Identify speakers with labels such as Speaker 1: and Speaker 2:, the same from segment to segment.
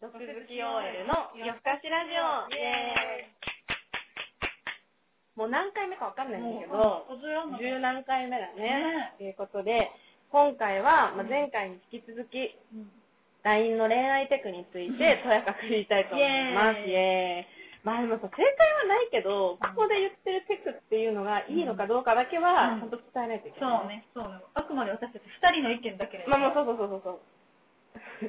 Speaker 1: 鈴木 OL の夜更かしラジオイエーイもう何回目かわかんないんだけど、
Speaker 2: 数えらんない
Speaker 1: 十何回目だね
Speaker 2: ね。
Speaker 1: ということで、今回は、まあ、前回に引き続き、LINE の恋愛テクについて、とやかく言いたいと思います。イ
Speaker 2: イ
Speaker 1: エーイ。まあでもさ、正解はないけど、ここで言ってるテクっていうのがいいのかどうかだけは、
Speaker 2: うん
Speaker 1: ちゃんと伝えないといけない。
Speaker 2: そう。ね、そうね。あくまで私たち二人の意見だけれど。
Speaker 1: まあまあ、そうそうそうそう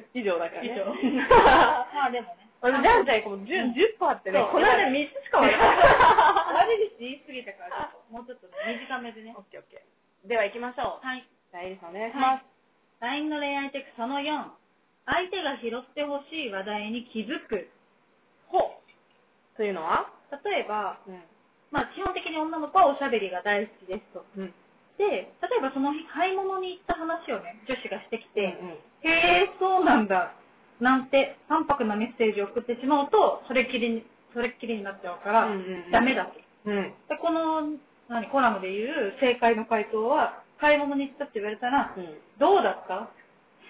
Speaker 1: そう。以上だからね。
Speaker 2: 以上まあでもね。
Speaker 1: 俺、じゃんじゃん、この 10, 10パーってね、
Speaker 2: そう
Speaker 1: この間3つしか分かんない。
Speaker 2: 悪口言いすぎたから、ちょっと、もうちょっとね、短めでね
Speaker 1: オ。ッケーオッケー。では行きましょう。
Speaker 2: はい。
Speaker 1: じゃあ、エリさんお願いします。
Speaker 2: LINE の恋愛テクその4。相手が拾ってほしい話題に気づく。
Speaker 1: ほう。というのは
Speaker 2: 例えば、
Speaker 1: うん。
Speaker 2: まあ基本的に女の子はおしゃべりが大好きですと。
Speaker 1: うん。
Speaker 2: で、例えばその日買い物に行った話をね、女子がしてきて、
Speaker 1: うん。
Speaker 2: へえ、そうなんだ。なんて、淡白なメッセージを送ってしまうと、それっきりに、それっきりになっちゃうから、
Speaker 1: うんうんうん
Speaker 2: ダメだと。
Speaker 1: うん。
Speaker 2: で、この、何、コラムで言う正解の回答は、買い物に行ったって言われたら、
Speaker 1: うん。
Speaker 2: どうだった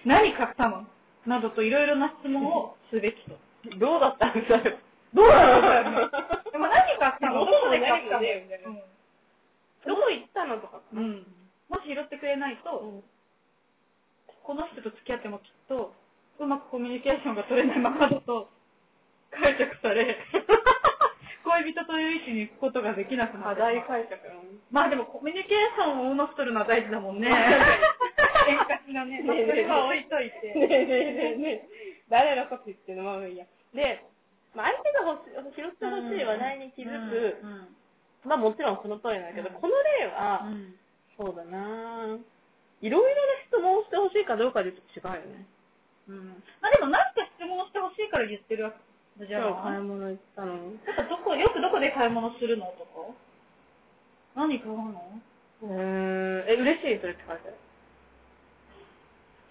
Speaker 2: 何買ったのなどといろいろな質問をすべきと。
Speaker 1: どうだったんだろう。
Speaker 2: どうだ ったのでも何買ったの
Speaker 1: ど
Speaker 2: ど
Speaker 1: こ
Speaker 2: こ
Speaker 1: で
Speaker 2: で
Speaker 1: 買
Speaker 2: 買
Speaker 1: っ
Speaker 2: ったた
Speaker 1: の
Speaker 2: の、
Speaker 1: どこ行ったのとかか
Speaker 2: う
Speaker 1: な。
Speaker 2: ん。もし拾ってくれないと、
Speaker 1: うん。
Speaker 2: この人と付き合ってもきっと、うまくコミュニケーションが取れないままだと、解釈され、 恋人という位置に行くことができなくな
Speaker 1: 課
Speaker 2: ってしまう
Speaker 1: 題解釈
Speaker 2: まあでもコミュニケーションをうまく取るのは大事だも んね。円滑なね。まあ、それは置いとい
Speaker 1: ね
Speaker 2: て。
Speaker 1: えねえねえねえ。誰のこと言ってんのまあまあいいや。で、まあ、相手が欲し拾ってほしい話題に気づく。
Speaker 2: うん
Speaker 1: まあもちろんその通りなんだけど、
Speaker 2: うん
Speaker 1: この例は、
Speaker 2: うん
Speaker 1: そうだなぁ。いろいろな質問をしてほしいかどうかでちょっと違うよね。
Speaker 2: うんまあでもなんか質問してほしいから言ってるわけじゃ
Speaker 1: 今日買い
Speaker 2: ん。
Speaker 1: 物行ったのに。
Speaker 2: なんかどこ、よくどこで買い物するのとか何買うの
Speaker 1: うーん。え、嬉しいそれって書いてある。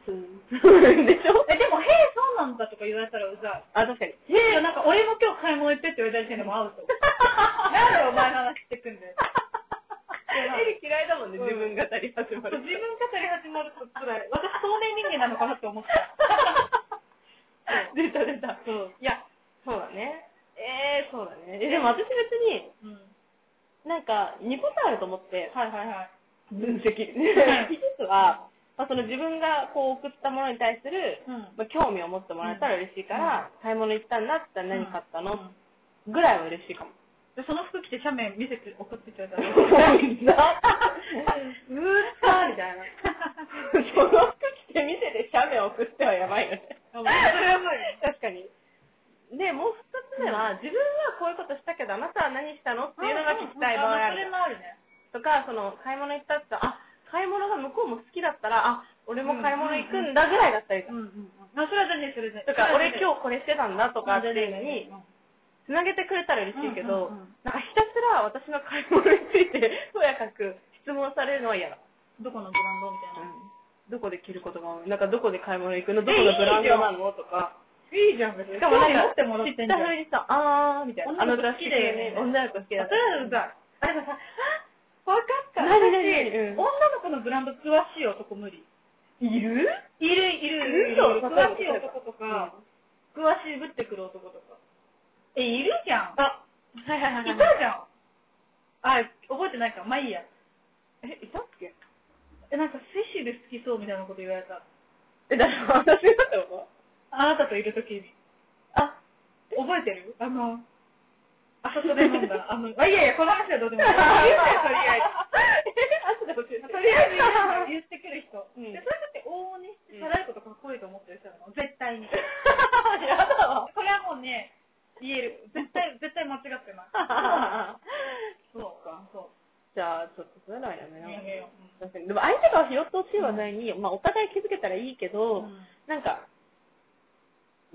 Speaker 1: うん。でしょ
Speaker 2: え、でも、へえ、そうなんだとか言われたらうざい。
Speaker 1: あ、確かに。
Speaker 2: いや、なんか俺も今日買い物行ってって言われた時点でもうアウト。なんでお前の話してくんだよ。
Speaker 1: エリ嫌いだもんね、
Speaker 2: うん
Speaker 1: 自分語り始ま
Speaker 2: 自分語
Speaker 1: る。
Speaker 2: り始まると辛い。私、少年人間なのかなって思った。
Speaker 1: 出た出た。
Speaker 2: そう。
Speaker 1: いや、そうだね。えー、そうだね。え、でも私別に、
Speaker 2: うん。
Speaker 1: なんか、2個とあると思って、
Speaker 2: はいはいはい。
Speaker 1: 分析。 一
Speaker 2: ん
Speaker 1: つは、まあ、その自分がこう送ったものに対する、
Speaker 2: うん。
Speaker 1: まあ、興味を持ってもらえたら嬉しいから、買い物行ったんだって言ったら何買ったの、
Speaker 2: うん
Speaker 1: ぐらいは嬉しいかも。
Speaker 2: で、その服着て写メ見せて送ってくれたら。
Speaker 1: うざ
Speaker 2: うーさーみたいな。
Speaker 1: その服着て店で写メ送ってはやばいよね。
Speaker 2: やばいそれはやばいね
Speaker 1: 確かに。で、もう一つ目は、自分はこういうことしたけど、あなたは何したのっていうのが聞きたい場合あ
Speaker 2: それ
Speaker 1: る。
Speaker 2: もあるね。
Speaker 1: とか、その、買い物行ったって、あ、買い物が向こうも好きだったら、あ、俺も買い物行くんだぐらいだったりと
Speaker 2: う
Speaker 1: か、
Speaker 2: んうん。あ、それは全然それで。
Speaker 1: とか俺
Speaker 2: 日
Speaker 1: 今日これしてたんだとかっていうのに、つなげてくれたら嬉しいけど、
Speaker 2: うんうんうん
Speaker 1: なんかひたすら私の買い物について、 とやかく質問されるのは嫌だ。
Speaker 2: どこのブランドみたいな。
Speaker 1: どこで着ることが多いなんかどこで買い物行くのどこがブランドなのとか。
Speaker 2: いいじゃん、別に。
Speaker 1: し
Speaker 2: し
Speaker 1: か
Speaker 2: か
Speaker 1: も
Speaker 2: も
Speaker 1: な
Speaker 2: なんん
Speaker 1: か
Speaker 2: か、持ってもらってんじゃん。
Speaker 1: ふにさ、あーみたいな。
Speaker 2: 女の子好きだよね
Speaker 1: あの女の子好きだ
Speaker 2: あそれはうざい。あ、でもさ、あわかった。
Speaker 1: 何
Speaker 2: 私
Speaker 1: 何うん
Speaker 2: 女の子のブランド詳しい男無理。
Speaker 1: いる
Speaker 2: いる、いる、いる。
Speaker 1: 嘘
Speaker 2: 詳しい男とか、詳しいぶってくる男とか。え、いるじゃん。
Speaker 1: あ、はいはいはい
Speaker 2: い
Speaker 1: はい。
Speaker 2: たじゃん。あ、覚えてないか。まあいいや。
Speaker 1: え、いたっけ
Speaker 2: え、なんか、セシル好きそうみたいなこと言われた。
Speaker 1: え、だから私だったの
Speaker 2: あなたといるときに。
Speaker 1: あ、
Speaker 2: 覚えてるあの、あそこで飲んだ。 あの、まあいいやいや、この話はどう でもいい。言うなよ、とりあえず。
Speaker 1: え、後で教えて。
Speaker 2: とりあえず言ってくる人。
Speaker 1: うん
Speaker 2: でそれだって往々にして、さらることかっこいいと思ってる人なの。絶対 に。こ
Speaker 1: やだわ。
Speaker 2: れはもうね、言える。絶対、絶対間違って ない。そうか。そう。
Speaker 1: じゃあ、ちょっとそれならやめよ
Speaker 2: やめよう
Speaker 1: う。確かに。でも相手が拾ってほしい話題に、まあお互い気づけたらいいけど、
Speaker 2: うん
Speaker 1: なんか、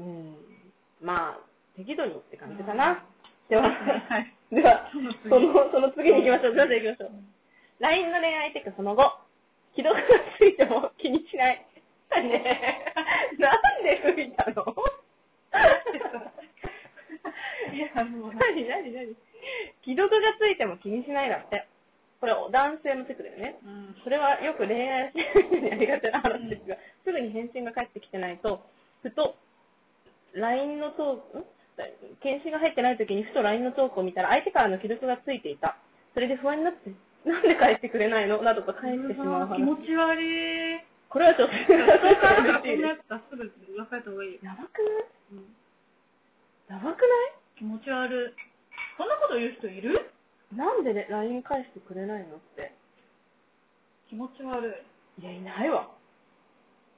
Speaker 1: うん、まあ、適度にって感じかな。では、
Speaker 2: はい
Speaker 1: では、
Speaker 2: その
Speaker 1: そ
Speaker 2: 次
Speaker 1: の、その次に行きましょう。どうぞ行きましょう。LINE の恋愛テクその後、既読がついても気にしない。 ねえ、なんで吹いたの
Speaker 2: いや、も う、
Speaker 1: 何何何既読がついても気にしないだって。これ、男性のテクだよね。
Speaker 2: うん。
Speaker 1: それはよく恋愛してる人にありがちな話ですが、すぐに返信が返ってきてないと、ふと、 LINE の投稿、ん検視が入ってない時にふと LINE の投稿を見たら相手からの既読がついていた。それで不安になって、なんで返してくれないのなどと返してしまう
Speaker 2: 気
Speaker 1: 話。
Speaker 2: 持ち悪 い。
Speaker 1: これはちょっと、
Speaker 2: そんなや
Speaker 1: 嬉しいです。
Speaker 2: つはすぐ別れた方がいいよ。
Speaker 1: やばく
Speaker 2: うん
Speaker 1: ないやばく
Speaker 2: 気持ち悪い。こんなこと言う人いる
Speaker 1: ないなんでね LINE 返してくれないのって。
Speaker 2: 気持ち悪い。
Speaker 1: いや、いないわ。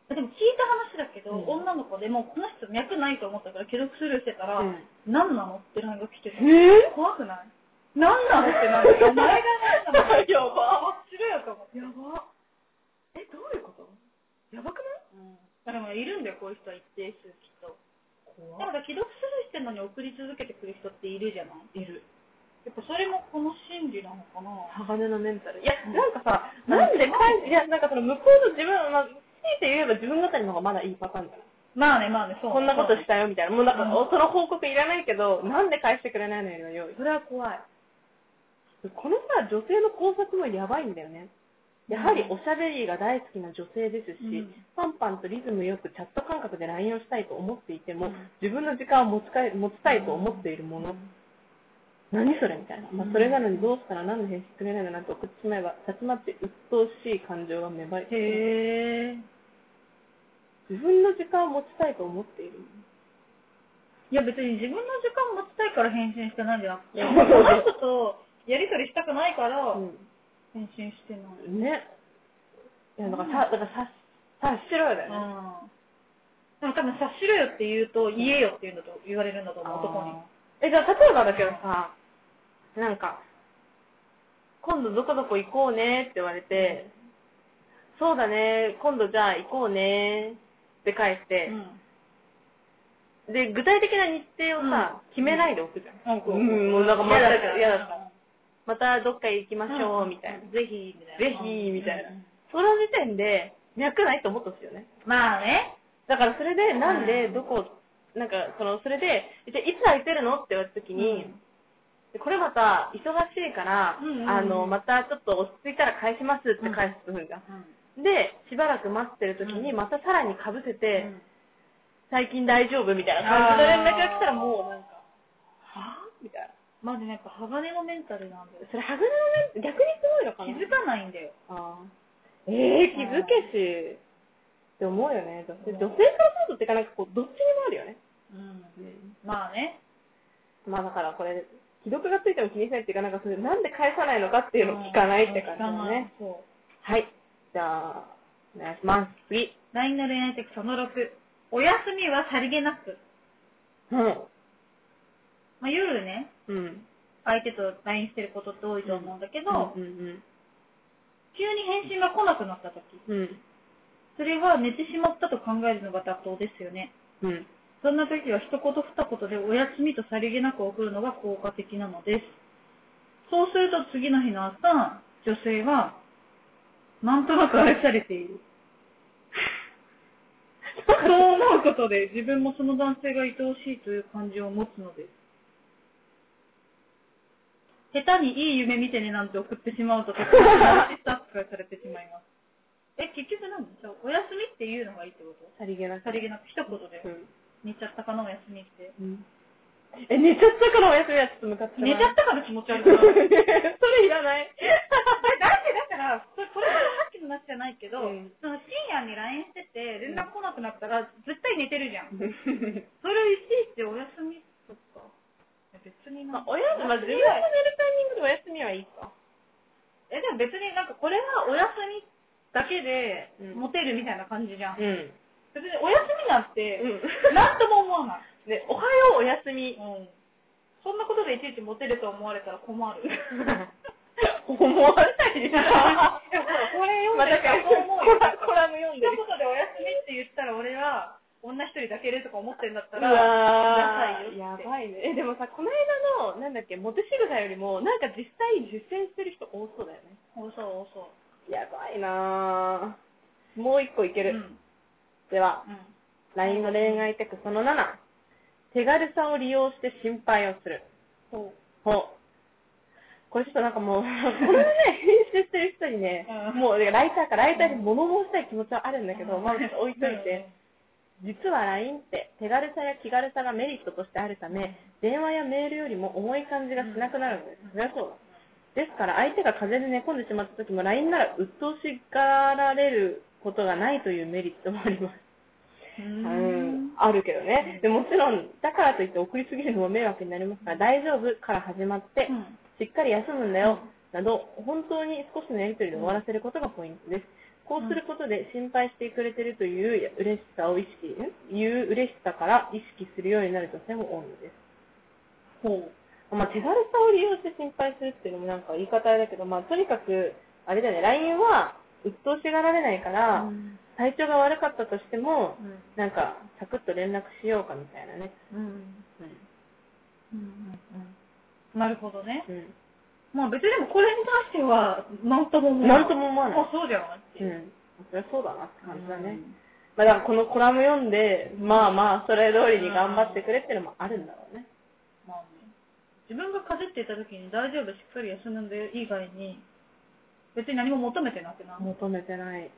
Speaker 2: でも聞いた話だけど、
Speaker 1: うん
Speaker 2: 女の子でもうこの人脈ないと思ったから既読スルーしてたら、
Speaker 1: うん
Speaker 2: 何なのって LINE が来て
Speaker 1: え
Speaker 2: た。
Speaker 1: ぇ
Speaker 2: 怖くない何なのってなる。お前が何なの
Speaker 1: やば
Speaker 2: 知るよと思って。やば。え、どういうこと
Speaker 1: やばくない
Speaker 2: うん。でもいるんだよ、こういう人は一定数きっと。だ
Speaker 1: 怖
Speaker 2: から既読スルーしてんのに送り続けてくる人っているじゃない
Speaker 1: いる。
Speaker 2: やっぱそれもこの心理なのかな
Speaker 1: 鋼のメンタル。いや、
Speaker 2: うん
Speaker 1: なんかさ、
Speaker 2: うん
Speaker 1: なんで返す、いや、なんかその向こうの自分、まあ、強いて言えば自分語りの方がまだいいパターンじゃない
Speaker 2: まあね、まあね、そう。
Speaker 1: こんなことしたよみたいな。もうなんか、
Speaker 2: うん
Speaker 1: その報告いらないけど、なんで返してくれないのよ、よ。
Speaker 2: それは怖い。
Speaker 1: このさ、女性の工作もやばいんだよね。やはりおしゃべりが大好きな女性ですし、
Speaker 2: うん
Speaker 1: パンパンとリズムよくチャット感覚で LINE をしたいと思っていても、
Speaker 2: うん
Speaker 1: 自分の時間を持ちかえ持ちたいと思っているもの、何それみたいな、まあ、それなのにどうしたら何の返信くれないのなんて送ってしまえば、たちまち鬱陶しい感情が芽生えて、
Speaker 2: へえ。
Speaker 1: 自分の時間を持ちたいと思っているもの。
Speaker 2: いや別に自分の時間持ちたいから返信してないんじゃなく て、
Speaker 1: う
Speaker 2: こ
Speaker 1: ん
Speaker 2: の人とやりとりしたくないから返信してない。うん。
Speaker 1: うんね。いや、だからさ、だからさ、察しろよだよね。
Speaker 2: でも多分察しろよって言うと、言えよって言うんだと言われるんだと思う、男に。
Speaker 1: え、じゃあ、例えばだけどさ、なんか、今度どこどこ行こうねって言われて、そうだね、今度じゃあ行こうねって返して、で、具体的な日程をさ、決めないでおくじゃん。
Speaker 2: なんか、
Speaker 1: うんもうなんかまた
Speaker 2: 嫌だから
Speaker 1: 嫌だからまたどっか行きましょう、みたいな。。
Speaker 2: ぜひ、みたいな。
Speaker 1: ぜひ、みたいな
Speaker 2: うんうん。
Speaker 1: その時点で、脈ないと思ってほしいよね。
Speaker 2: まあね。
Speaker 1: だからそれで、なんで、
Speaker 2: うん
Speaker 1: どこ、なんか、その、それで、じゃあいつ空いてるのって言われた時に、
Speaker 2: うん
Speaker 1: でこれまた、忙しいから、
Speaker 2: うんうんうん
Speaker 1: あの、またちょっと落ち着いたら返しますって返すんじゃん。で、しばらく待ってる時に、
Speaker 2: うん
Speaker 1: またさらに被せ
Speaker 2: で
Speaker 1: て、最近大丈夫みたいな感じの連絡が来たらもう、なんか、
Speaker 2: か、
Speaker 1: はぁみたいな。
Speaker 2: まずね、やっぱ鋼のメンタルなんだよ。
Speaker 1: それ、ハグの面、逆にすごいのか
Speaker 2: 気
Speaker 1: な
Speaker 2: づかないんだよ。
Speaker 1: あーえー、気づけし、って思うよね。女性女性からするとってか、なんかこう、どっちにもあるよね。
Speaker 2: うん。まあね。
Speaker 1: まあだからこれ、既読がついても気にしないっていうか、なんかそれなんで返さないのかっていうのを聞かないって感じ
Speaker 2: うん聞
Speaker 1: だ
Speaker 2: かない
Speaker 1: ね。
Speaker 2: そう。
Speaker 1: はい。じゃあ、お願いします。次。
Speaker 2: LINE の恋愛的その6。お休みはさりげなく。
Speaker 1: うん。
Speaker 2: まあ、夜ね、
Speaker 1: うん。
Speaker 2: 相手と LINE してることって多いと思うんだけど、
Speaker 1: うんうん
Speaker 2: 急に返信が来なくなった時、
Speaker 1: うん。うん。
Speaker 2: それは寝てしまったと考えるのが妥当ですよね。
Speaker 1: うん。
Speaker 2: そんな時は一言二言でお休みとさりげなく送るのが効果的なのです。そうすると次の日の朝、女性は、なんとなく愛されている。そう思うことで、自分もその男性が愛おしいという感情を持つのです。下手にいい夢見てねなんて送ってしまうと、とても悲しさ扱いされてしまいます。え、結局何じゃあお休みっていうのがいいってこと
Speaker 1: さりげなく。
Speaker 2: さりげなく一言で、寝ちゃったかなお休みって。
Speaker 1: うん。うん。え、寝ちゃったからお休みはちょっと向かって
Speaker 2: 寝ちゃったから気持ち悪い な。
Speaker 1: そ
Speaker 2: そ
Speaker 1: れい
Speaker 2: れ
Speaker 1: らない。
Speaker 2: なんでだから、それこれからさっきの話じゃないけ
Speaker 1: う
Speaker 2: ど、
Speaker 1: ん
Speaker 2: その深夜に LINE してて、連絡来なくなったら、絶対寝てるじゃん。
Speaker 1: ま
Speaker 2: それをいちいちお休みとか。いや別にな
Speaker 1: あ、おやすみ、まあ、自分が寝るタイミングでお休みはいいか。
Speaker 2: え、でも別になんかこれはお休みだけで
Speaker 1: うん
Speaker 2: モテるみたいな感じじゃん。
Speaker 1: ん。
Speaker 2: 別にお休みなんて、
Speaker 1: うん。
Speaker 2: なんとも思わない。
Speaker 1: ね、おはようお休み。
Speaker 2: うん。そんなことでいちいちモテると思われたら困る。
Speaker 1: 思わない
Speaker 2: いやこれ読 ん
Speaker 1: まあ、
Speaker 2: で
Speaker 1: だか
Speaker 2: るかららそう思う
Speaker 1: コ
Speaker 2: よ。
Speaker 1: ラコラム読ん
Speaker 2: 一
Speaker 1: でる。
Speaker 2: 言でお休みって言ったら俺は女一人だけでとか思ってんだった
Speaker 1: う
Speaker 2: ら、
Speaker 1: わー
Speaker 2: くださいよ
Speaker 1: や
Speaker 2: って
Speaker 1: ばいね。え、でもさ、この間の、なんだっけ、モテ仕草よりも、なんか実際実践してる人多そうだよね。
Speaker 2: そうそうそ。
Speaker 1: やばいなーもう一個いうけ
Speaker 2: う
Speaker 1: る。
Speaker 2: ん。
Speaker 1: では、
Speaker 2: うん
Speaker 1: LINE の恋愛テクその7。手軽さを利用して心配をする。
Speaker 2: そう。
Speaker 1: ほう。これちょっとなんかもう、これね、編集してる人にね、
Speaker 2: うん
Speaker 1: もう、ライターか、ライターに物申したい気持ちはあるんだけど、まあ、ちょっと置いといて。実は LINE って手軽さや気軽さがメリットとしてあるため、電話やメールよりも重い感じがしなくなるのです。そりゃそうだ。ですから相手が風邪で寝込んでしまった時も LINE なら鬱陶しがられることがないというメリットもあります。
Speaker 2: う
Speaker 1: うんん、あるけどね。でもちろん、だからといって送りすぎるのも迷惑になりますから、大丈夫から始まって、しっかり休むんだよ、など、本当に少しのやりとりで終わらせることがポイントです。こうすることで心配してくれてるという嬉しさを意識、んいう嬉しさから意識するようになる女性も多いのです。
Speaker 2: ほ
Speaker 1: まあ、手軽さを利用して心配するっていうのもなんか言い方あれだけど、まあ、とにかく、あれだよね、LINE は鬱陶しがられないか
Speaker 2: う
Speaker 1: ら、
Speaker 2: ん
Speaker 1: 体調が悪かったとしても、
Speaker 2: うん
Speaker 1: なんか、サクッと連絡しようかみたいなね。
Speaker 2: うん
Speaker 1: う
Speaker 2: うんうんなるほどね。
Speaker 1: ん。
Speaker 2: まあ別にでもこれに関しては、なんとも思
Speaker 1: う
Speaker 2: わ
Speaker 1: ん。なんとも思わない。
Speaker 2: もうそうじゃないって
Speaker 1: う。
Speaker 2: いうん
Speaker 1: そりゃそうだなって感じだね。
Speaker 2: うん
Speaker 1: まあ、だからこのコラム読んで、まあまあ、それ通りに頑張ってくれってのもあるんだろうね。
Speaker 2: まあね、自分が風邪っていた時に大丈夫、しっかり休んで以外に、別に何も求めてなくない。
Speaker 1: 求めてない。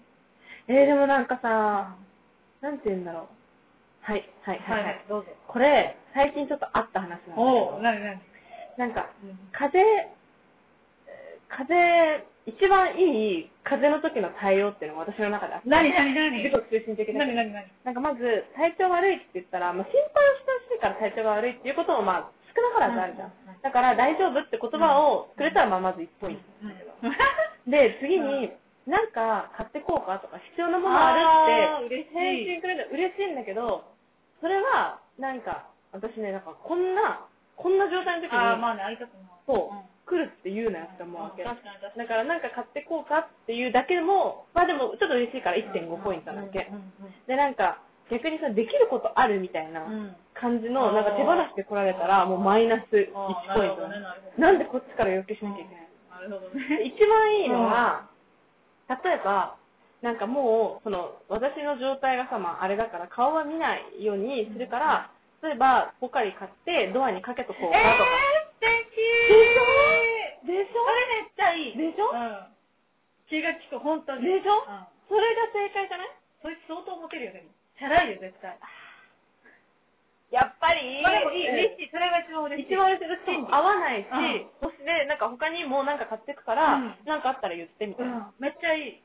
Speaker 1: えー、でもなんかさ、なんて言うんだろう。はい、はい、
Speaker 2: は
Speaker 1: はいい、
Speaker 2: は
Speaker 1: はいい。、
Speaker 2: どうぞ。
Speaker 1: これ、最近ちょっとあった話なんだけ
Speaker 2: お
Speaker 1: ど
Speaker 2: お、、なになに
Speaker 1: なんか、風邪、えー風邪、一番いい風邪の時の対応っていうのが私の中であって、
Speaker 2: なになになに
Speaker 1: 自己中心的
Speaker 2: な
Speaker 1: な。
Speaker 2: になになに
Speaker 1: なんかまず、体調悪いって言ったら、まあ、心配をしてほしいから体調が悪いっていうことも、まあ、少なからずあるじゃん。
Speaker 2: うん
Speaker 1: だから、大丈夫って言葉をくれたら、まあ、まず1ポイントなんだけど。で、次に、なんか買ってこうかとか、必要なものあるって、
Speaker 2: あー嬉しい
Speaker 1: 返信くれるの嬉しいんだけど、それは、なんか、私ね、なんかこんな、こんな状態の時に、
Speaker 2: ああ、まあね、会いたくない。
Speaker 1: そう、
Speaker 2: ん
Speaker 1: 来るって言うなよって思うわけ。
Speaker 2: 確かに確か
Speaker 1: だ
Speaker 2: に。
Speaker 1: からなんか買ってこうかっていうだけでも、まあでもちょっと嬉しいから1.5ポイントなわけ
Speaker 2: う。ん
Speaker 1: で、なんか、逆にさ、できることあるみたい
Speaker 2: うんう。
Speaker 1: なん
Speaker 2: うん
Speaker 1: 感じの、なんか手放して来られたら、もうマイナス1
Speaker 2: ああ、な
Speaker 1: ポイ
Speaker 2: る
Speaker 1: ント
Speaker 2: ほどね、
Speaker 1: なの。
Speaker 2: なるほど。
Speaker 1: なんでこっちから要求しなきゃいけないの
Speaker 2: なるほど
Speaker 1: で
Speaker 2: ね。
Speaker 1: 一番いいのは、例えば、なんかもう、その、私の状態がさ、まあ、あれだから、顔は見ないようにするから、例えば、ポカリ買って、ドアにかけとこうかとか。
Speaker 2: 素敵
Speaker 1: でし
Speaker 2: それめっちゃいい。
Speaker 1: でしょ
Speaker 2: うん。気が利く、本当に。
Speaker 1: でしょ
Speaker 2: うん。
Speaker 1: それが正解じゃない
Speaker 2: そいつ相当モテるよ、でも。チャラいよ、絶対。
Speaker 1: やっぱり
Speaker 2: まあでもいい、
Speaker 1: うん
Speaker 2: 嬉しい。それが一番嬉し
Speaker 1: 一
Speaker 2: い。
Speaker 1: 番嬉しいだし合わないし、
Speaker 2: うん
Speaker 1: そして、なんか他にもなんか買ってくから、
Speaker 2: うん
Speaker 1: なんかあったら言ってみた
Speaker 2: う
Speaker 1: い
Speaker 2: ん
Speaker 1: な。。
Speaker 2: めっちゃいい。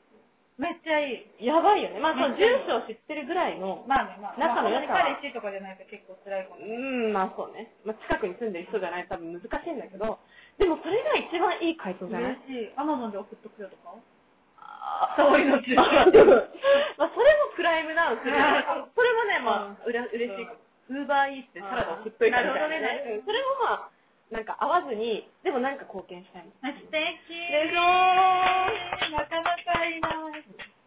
Speaker 2: めっちゃいい。
Speaker 1: やばいよね。まあ、その
Speaker 2: めっちゃい
Speaker 1: 住所を知
Speaker 2: い
Speaker 1: ってるぐらいの、
Speaker 2: まあね、まあ。
Speaker 1: 仲の良さは
Speaker 2: まあ彼氏とかじゃないと結構辛いかも。
Speaker 1: うん、まあそうね。まあ、近くに住んでる人じゃないと多分難しいんだけど、でもそれが一番いい回答じゃない
Speaker 2: 嬉しい。アマゾンで送っとくよとか
Speaker 1: あ
Speaker 2: ーそういうの中
Speaker 1: まあ、でもまあそれもクライムダウンするよね。
Speaker 2: あ
Speaker 1: それもね、まあ、うら嬉しい。ウーバーイーツでサラダ送っといたみたいな、
Speaker 2: なるほどね
Speaker 1: うんそれもまあ、なんか合わずに、でもなんか貢献したいっ
Speaker 2: 素敵
Speaker 1: でしょ
Speaker 2: なかなかいいな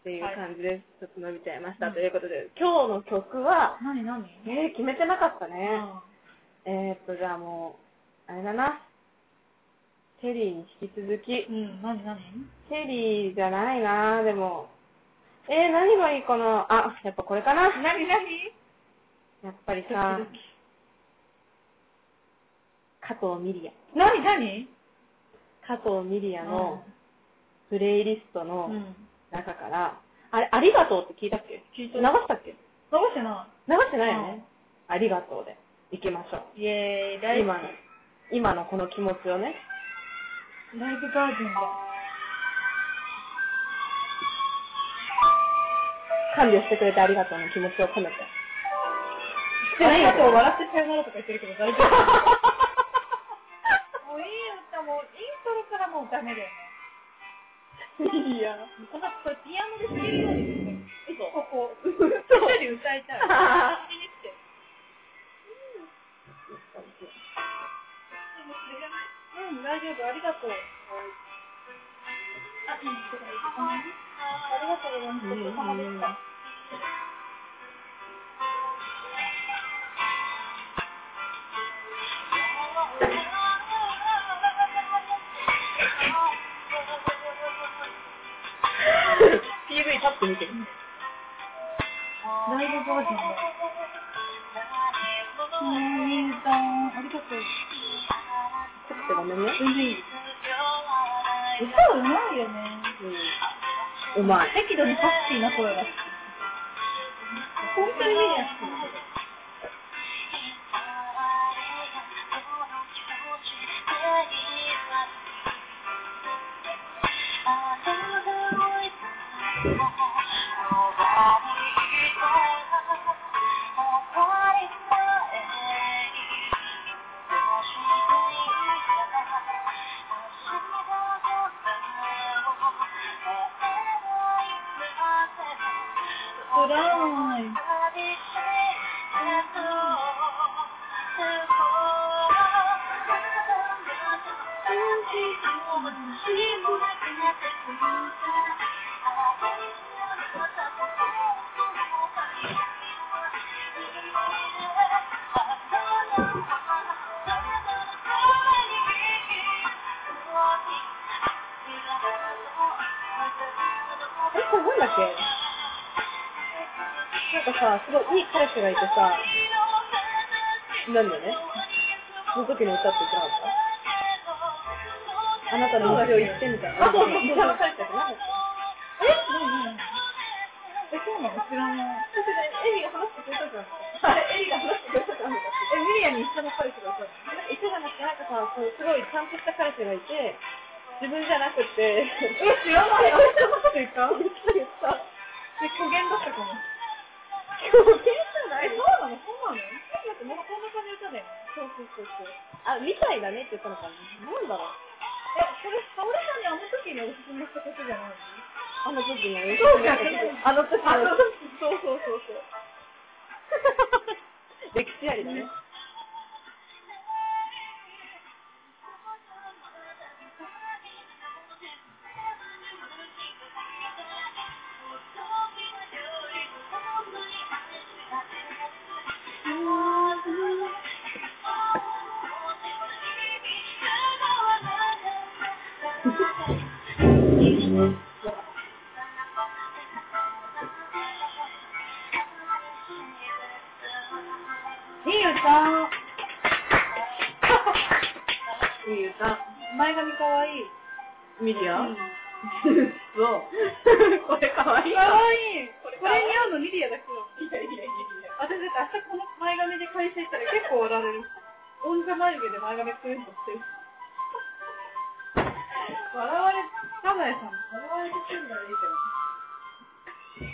Speaker 1: ていう感じです。ちょっと伸びちゃいました。
Speaker 2: うん
Speaker 1: ということで、今日の曲は、
Speaker 2: なになに
Speaker 1: えー、決めてなかったね。
Speaker 2: う
Speaker 1: えー、っと、じゃあもう、あれだな。テリーに引き続き、
Speaker 2: ん、なになに
Speaker 1: テリーじゃないなでも。えー、何がいいかなあ、やっぱこれかな
Speaker 2: なになに
Speaker 1: やっぱりさ
Speaker 2: ドキ、
Speaker 1: 加藤ミリア。
Speaker 2: なになに
Speaker 1: 加藤ミリアのプレイリスト
Speaker 2: う
Speaker 1: の
Speaker 2: ん。
Speaker 1: 中から、あれ、ありがとうって聞いたっけ
Speaker 2: 聞い
Speaker 1: 流
Speaker 2: た
Speaker 1: したっけ
Speaker 2: どうしてな
Speaker 1: 流してないよね。ありがとうで。行きましょう。
Speaker 2: いイェーイ、
Speaker 1: 今の、今のこの気持ちをね。
Speaker 2: ライブガーデンだ。
Speaker 1: 看病してくれてありがとうの気持ちを込めて。
Speaker 2: ありがとう、笑ってさよならとか言ってるけど大丈夫。 もういい歌も、イントロからもうダメだよね。
Speaker 1: いいや。
Speaker 2: こんな、これピアノで弾けるようにですね。
Speaker 1: 嘘
Speaker 2: ここ。一人で歌いたい。
Speaker 1: あー
Speaker 2: 一緒に来て。でもそれじゃない。うん、大丈夫、ありがとう。あ、いい人がいるかなありがとうございます。ごちそうさまでした。
Speaker 1: PV 立って見てる。
Speaker 2: ライブバージョンだ。うん、いい歌。ありがとう。
Speaker 1: ちょっとごめんね。
Speaker 2: 全然いい。歌うまいよね。
Speaker 1: うまい。
Speaker 2: 適度にハッピーな声が好き。本当に見るやつ。つらい。
Speaker 1: え、これなんだっけなんかさ、すごいいい彼氏がいてさ、なんだね。その時に歌ってくらんかあなたの目標言ってみたいな。
Speaker 2: あそうそ
Speaker 1: 目
Speaker 2: うそう
Speaker 1: 標の彼氏だってなんだっけ
Speaker 2: え何え、そうなの知らない。
Speaker 1: だってエリが話してくれたじゃん。
Speaker 2: は
Speaker 1: エリが話してくれたじゃん。
Speaker 2: え、ミリアに一緒の彼氏がいたの
Speaker 1: 一緒じゃなくて、なんかさ、そうすごいちゃんとした彼氏がいて、自分じゃなくて、
Speaker 2: え、知らない。あ、そんなこと言った
Speaker 1: 言った言った。
Speaker 2: え、加減だったかも。
Speaker 1: 狂言じゃない
Speaker 2: え、そうなのそうなのなんかもうこんな感じの歌だよね。
Speaker 1: そうそうそうそう。あ、みたいだねって言ったのかな。なんだろう。
Speaker 2: え、それ、沙織さんにあの時におすすめしたことじゃないの
Speaker 1: あの時の。
Speaker 2: そうか
Speaker 1: あの時の。
Speaker 2: あの時
Speaker 1: そうそうそうそう。歴史ありだね。
Speaker 2: いい歌。いい歌。前髪かわいい。
Speaker 1: ミリア、
Speaker 2: う
Speaker 1: そ
Speaker 2: ん
Speaker 1: う。これかわいい。
Speaker 2: かわ
Speaker 1: い
Speaker 2: いい。これ似合うのリリアだけど。私だって明日この前髪で会社行ったら結構おられる。オンザ眉毛で前髪くるんとしてる。笑われ、サザエさん、笑われてくんならいいけど。